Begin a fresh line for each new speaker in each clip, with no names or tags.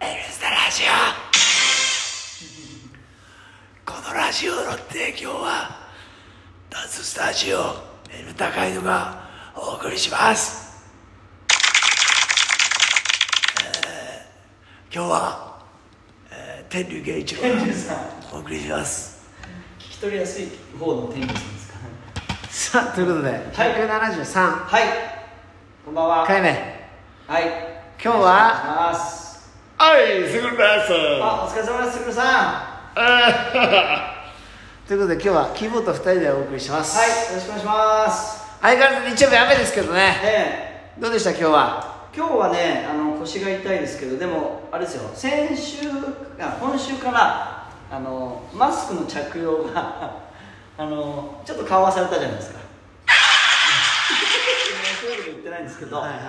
エルスタラジオこのラジオの提供はダンススタジオエル高いのがお送りします、えー今日は、えー天竜源一
天
郎
竜さん
がお送りします
聞き取りやすい方の天竜さんですか
さあということで、173
はいこんばんは
回目
はい
今日は
お願いします
はいすぐだす
あお疲れ様ですすぐるさんは
ということで今日はキーボード2人でお送りします、
いよろしくお願いします
相変わらず日曜日雨ですけどね
ええ
どうでした今日は
今日はねあの腰が痛いですけどでもあれですよ先週あ今週からあのマスクの着用が あのちょっと緩和されたじゃな いですかそういうこと言ってないんですけど、
はいはい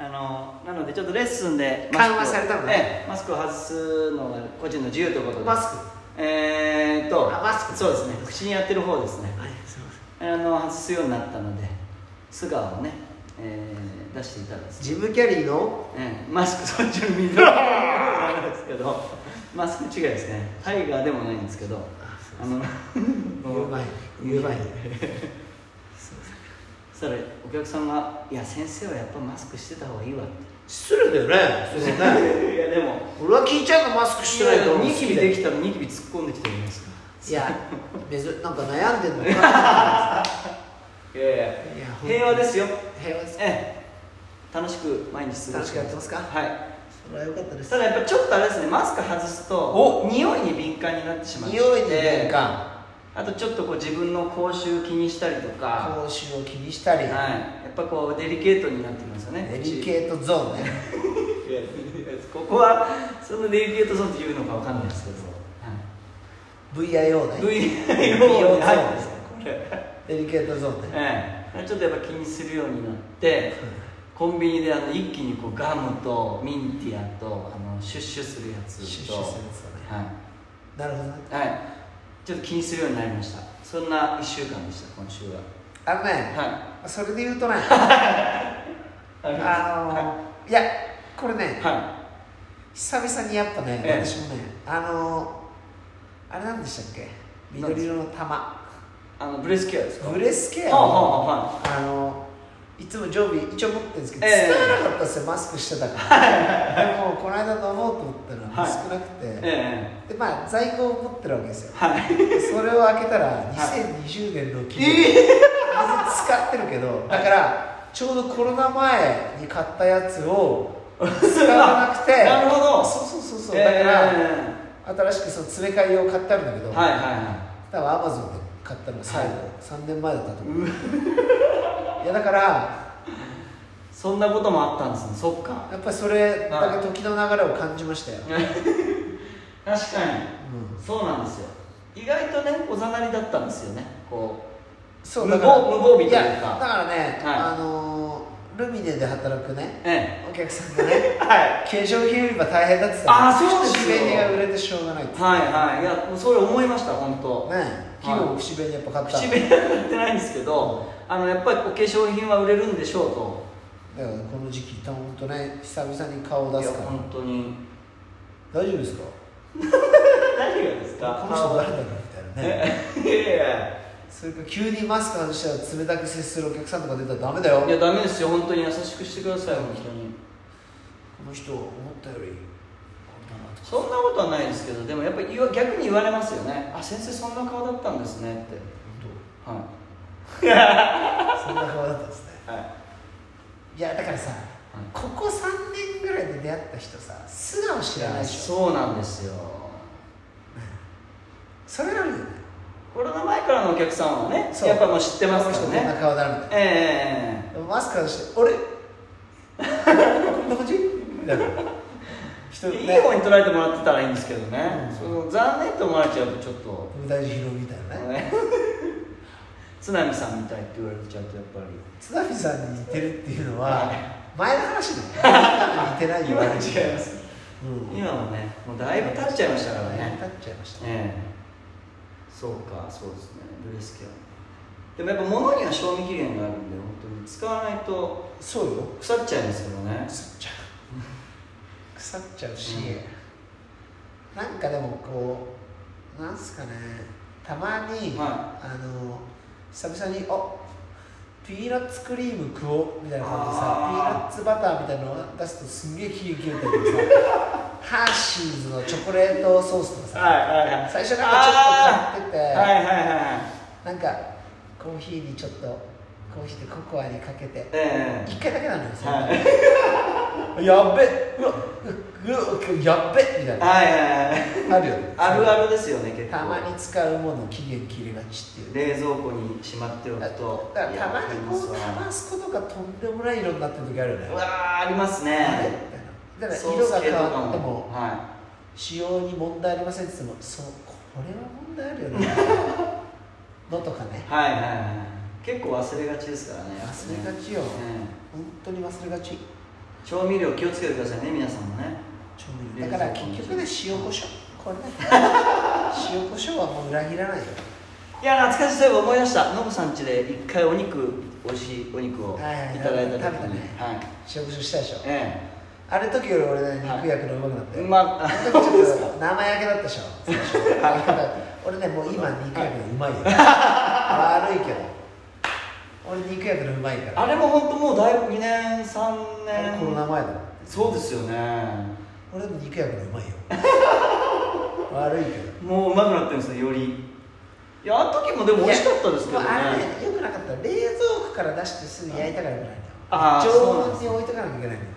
あのなのでちょっとレッスンで
緩和されたのね
ええマスクを外すのが個人の自由ということで
マスク
えーっと
あマスク
そうですね口にやってる方ですねあの外すようになったので素顔をね、えー出していたんです、
ジム・キャリーの
ええマスク30ミ リなんですけどマスク違いですねタイガーでもないんですけどあの
言う前に言う前 に
そしたらお客さんが「いや先生はやっぱマスクしてた方がいいわ」って
失礼だよねそれね
いやでも
俺は聞いちゃんがマスクしてないと思う
ニキビでき
た
たらニキビ突っ込んできてるんですか
いやめずなんか悩んでんの かな
いやいや
いや
平和ですよ
平和です
ええ楽しく毎日過ご
楽し
し
くやってますか
はい
それは良かったです
ただやっぱちょっとあれですねマスク外すと匂いに敏感になってしまって
匂いに敏感
あとちょっとこう自分の口臭気にしたりとか
口臭を気にした
は
り、
いやっぱこうデリケートになってきますよね
デリケートゾーンね
口いやいやここはそのデリケートゾーンっていうのかわかんないですけど、は
VIO ね
い、VIO に入るんですよこれ
デリケートゾーンね
ええ、ちょっとやっぱ気にするようになってコンビニであの一気にこうガムとミンティアとあのシュッシュするやつと
シュッシュするやつだなるほどね
はい、はい、ちょっと気にするようになりましたそんな1週間でした今週は
あのね
は
それで言うとね
い
あのいやこれね
は
久々にやっぱね
ええ
私もねあのあれなんでしたっけ緑色の玉
いあのブレスケアですか
ブレスケア
はあは
を
あは
あのいつも常備一応持ってるんですけど
ええ
使わなかったですよマスクしてたからでもこの間飲もうと思ったら
はい
少なく
い
て
え
でまあ在庫を持ってるわけです
え
よ
はい
それを開けたら
はい
2020年の期限
え
使ってるけどだからちょうどコロナ前に買ったやつを使わなくて
なるほど
そうそうそうそう
え
だ
え
から
え
新しくその詰め替え用買ってあるんだけ
え
ど
はいはいは
多分アマゾンで買ったのが最後
はい
3年前だったと思ういやだから
いそんなこともあったんですねそっか
やっぱりそれだけ時の流れを感じました よ
確かに
うん
そうなんですよ意外とねおざなりだったんですよねこ
そうだ
無防
から
無防備というか
やだからね
はい
あのールミネで働くね
うえ
お客さんがね
え はい
化粧品売り場大変だって
あーそうですよ
口紅が売れてしょうがないってね
はいはいいやもうそれ思いました本当
企業口紅やっぱ買った
口紅はやってないんですけどあのやっぱりお化粧品は売れるんでしょうと
だからこの時期たほんとね久々に顔を
い
出
や
すから
本当に
大丈夫ですか
何がですか
この人誰だろうみたいなね
いやいや
それから急にマスク外したら冷たく接するお客さんとか出たらダメだよ
いやダメですよ本当に優しくしてください本当に
この人思ったよりこんなのとか
そんなことはないですけどでもやっぱり言わ逆に言われますよねあ先生そんな顔だったんですねって
ほ
は
んとそんな顔だったんですね
いはい
いやだからさここ3年ぐらいで出会った人さ素顔知らないでしょ
そうなんですよ
それあるよね
コロナ前からのお客さんはね
そう
やっぱもう知ってます
こ
か
の人こん
ら
な
ね
顔だみたいな
え
マスク外して、俺 こんな感じみたいな
え
人ね、
いい方に捉えてもらってたらいいんですけどね
うん
その残念と思われちゃうとちょっと
無駄ヒロみたいなね
ね津波さんみたいって言われちゃうとやっぱり
津波さんに似てるっていうのは
はい
前の話で 似てないよ
今は違います
うん
今はねもうだいぶ経っちゃいましたから
ね
ね
立っちゃいましたね
ええそうかそうですねブレスケアでもやっぱ物には賞味期限があるんで本当に使わないと
そうよ
腐っちゃいますけどね
腐っちゃう腐っちゃうし、
うん
なんかでもこうなんすかねたまに、
は
あの久々に「あピーナッツクリーム食おう」みたいな感じでさ
あー
ピーナッツバターみたいなのを出すとすんげえ喜劇みたいな さハーシーズのチョコレートソースとかさ、
はいはいはい
最初なんかちょっと買ってて、
はいはいはい
なんかコーヒーにちょっとコーヒーでココアにかけて
え
一回だけなのよ、
え
それ
はい
やっべうわううやっべみたいな
はいはいはい
あるよ
あるあるですよね結構
たまに使うもの期限切れがちっていうね
冷蔵庫にしまっておく
だ
と
だからたま
いやわかり
に
ま
こ
す
う
わ
タバスコとかとんでもない色になってる時あるよね
うわーあります
あれみ
ね
たいなだから
ソー
色
ス
が
系
変
とか
わっても
は
使用に問題ありませんって言ってもそうこれは問題あるよ ねのとかね
いはいはいはい結構忘れがちですからね
忘れがちよ
え
本当に忘れがち
え調味料気をつけてくださいね皆さんもね
調味料だから結局ね塩コショウこれ ね塩コショウはもう裏切らないよ
いや懐かしいといえば思い出したのぶさん家で一回お肉美味しいお肉を
は
い
い
ただ
はいい
た
食
時に
べたね
はい
塩コショウしたでしょ
え
あれ時より俺ね
はい
肉焼くのうまくなった
え
よ、
まあ
あの時ちょっと生焼けだったでしょ最初だから俺ねもう今肉焼くのうまいよ悪いけど俺肉焼くのうまいから
あれも本当もうだいぶ2年3年
コロナ前だもん
そうですよね
俺でも肉焼くのうまいよ悪いけど
もううまくなってるんですねよりいやあの時もでも美味しかったですけどね
いやまああれねよくなかった冷蔵庫から出してすぐ焼いたからよくないんだよ
あーそうな
常
んです
温に
ね
置いとかなきゃいけないのよ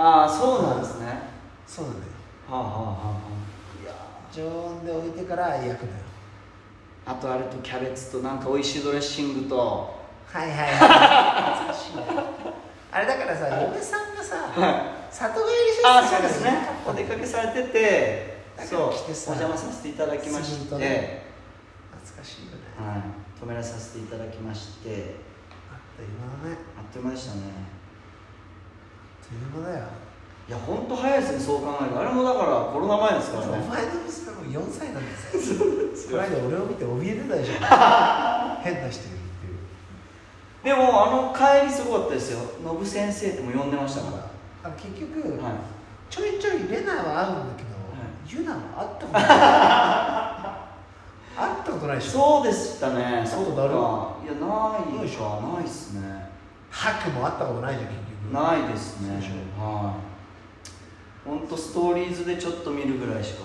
ああそうなんですねは
そうなんだよ
あはあはあはあいや
常温で置いてから焼くのよ
あとあれとキャベツとなんか美味しいドレッシングと
はいはいはい懐かしいねあれだからさ嫁さんがさ里帰り出
ああ
産
そうですねお出か
懐
けされてて
だか
そ
ら
うお
来てさ
邪魔させていただきまし、
ずってとねかしいよね
はい、止められさせていただきまして
あっという間だね
あっという間でしたね
あっという間だよ
いや本当早いですねそう考えるとあれもだからコロナ前ですから
お
ね
前の娘も4歳なんですよこの間俺を見て怯えてたでしょ変な人いるっていう
でもあの帰りすごかったですよのぶ先生っても呼んでましたか
あの結局、
らはい
ちょいちょいレナは会うんだけど、
い
ユナは会ったことない会ったことないでしょ
そうでしたね
そ
そうう
だ
かいやないでしょないっすね
ハクも会ったことないじゃん結局
ないですね
そうでし
はい本当ストーリーズでちょっと見るぐらいしか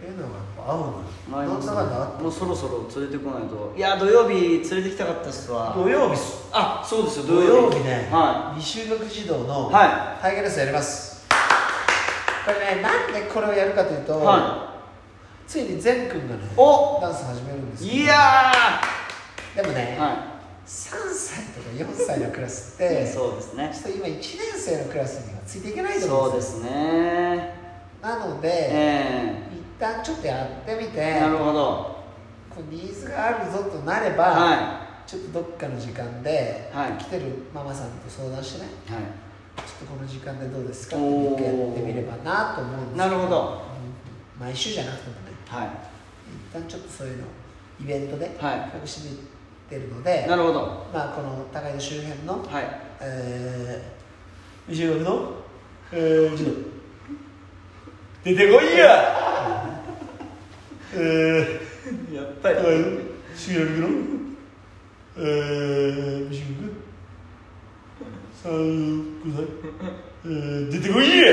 レナはやっぱ会うのよど
ないで
ん
す
な
ね
方が
もうそろそろ連れてこないといや土曜日連れてきたかったっすわ
土曜日っす
あそうですよ
土曜日ね、
は
未就学児童の
は
体験レッスンやります、これねなんでこれをやるかというと、
は
ついに善くんがね
お
ダンス始めるんですけど
いいや
でも
ー
ね、
は
3歳とか4歳のクラスっ
い
て
そうですね
ちょっと今1年生のクラスにはついていけないと思
そう
うん
で
ですよ
すね
なので、
え
一旦ちょっとやってみ
え
て
なるほど
こうニーズがあるぞとなれば、
は
ちょっとどっかの時間で、
はい
来てるママさんと相談してね
いは
ちょっとこの時間でどうですかって
おー
一回やってみればなと思うんです
いなるほど
うん毎週じゃなくてもね
はい
一旦ちょっとそういうのイベントで
はい
楽しみてるので、
なるほど
まあ、この高井の周辺の、
はい
えー、未就学の、えー、児童出てこいやえー、
やっぱり
高井の修学の、えー、未就学三歳、えー、出てこいや
や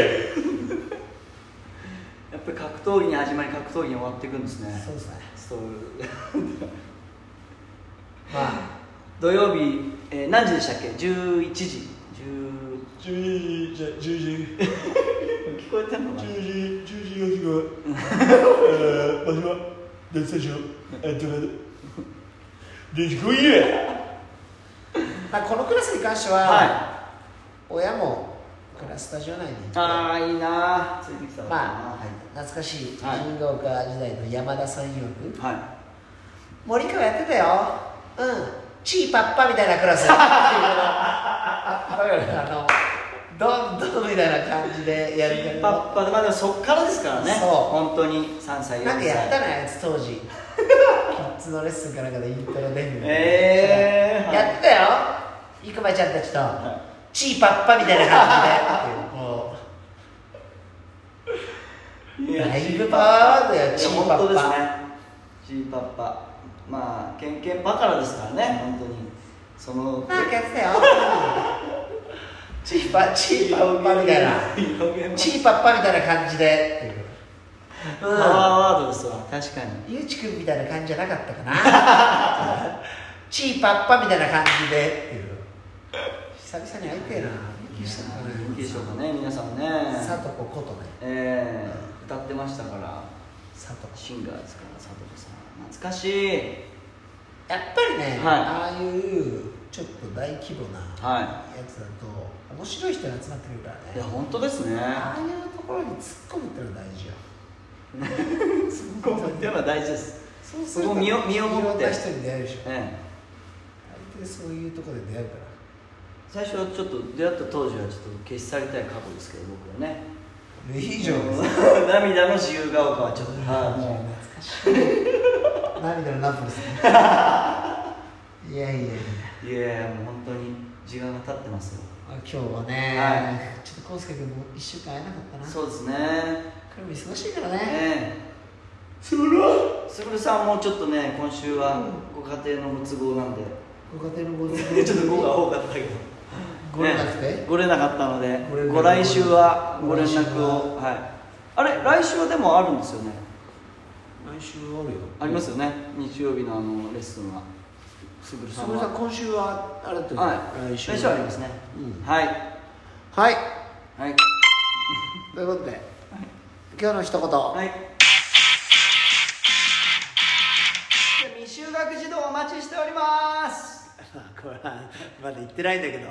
っぱり格闘技に始まり格闘技に終わっていくんですね
そうですね
そう
まあ
土曜日、えー何時でしたっけ11時10
10時じゃ10時
聞こえてんのかな
10時10時45分えー場所は電車場えっと出てこいやこのクラスに関しては、
は
親もクラスタジオ内にいて
ああいいなついてきたわ
まあ、
は
懐かしい
はい
自動岡時代の山田三遊
い、
く
はい、
森川やってたようんチーパッパみたいなクラ スだからあのどんどんみたいな感じでやる
チーパッパまあでもそっからですからね
そう
本当に3歳4歳
なんかやったなあいつ当時キッズのレッスンかなんかでイントロデビューみたいな
えー
やってたよ生駒ちゃんたちと、チーパッパみたいな感じでっていうこう
いいや
だいぶパーだよ
い
チ
や
ー
本
パ
当
ッ
です
パ
ねチーパッパまあケンケンバカラですからね本当にその
なんかやっ てたよチーパーチーパッパみたいな
表現
チーパッパみたいな感じで
パワーワードですわ確かに
ゆうちくんみたいな感じじゃなかったかな チーパッパみたいな感じでっていう久々に会いたいな
い
びっくり
や
した
ー
ない
いでしょうかね皆さんね
さとこことね
えー、歌ってましたから
さとこ
シンガーですから佐藤さん懐かしい
やっぱりね、
はい
ああいうちょっと大規模な
は
やつだと面白い人が集まってくるから
いや
ね
本当ですね
ああいうところに突っ込むっていうのは大事よ
ツッコむっていうのは大事です
そう
すると身を身をもって
いろんな人に出会えるでしょ
ええ
大抵そういうところで出会うか
最初はちょっと出会った当時はちょっと消し去りたい過去ですけど僕はね
らいいじゃないですか
涙の自由が丘はちょっと、はい
も
も
う懐かしい涙のナポリスねいやいやいや
ういやいやもう本当に時間が経ってますよ
あ今日はね、
は
ちょっと康介君も1週間会えなかったな
そうですね
彼も忙しいからね
え
そら
えすぐるさんもちょっとね今週はご家庭のご都合なんで、
ご家庭のご同
ちょっと5が多かったけど
ご連絡って、
ねご連絡あったので
ご連絡
ご来週はご連絡を
ご
はいあれ来週はでもあるんですよね
来週あるよ
ありますよね日曜日のあのレッスンはすぐるさ
そ
ん
れさ
は
今週はあれだって
はい来週はありますね、
うん
はい
はい
はい
ということで、今日の一言、
はい。 未就学児童お待ちしております。
これはまだ言ってないんだけど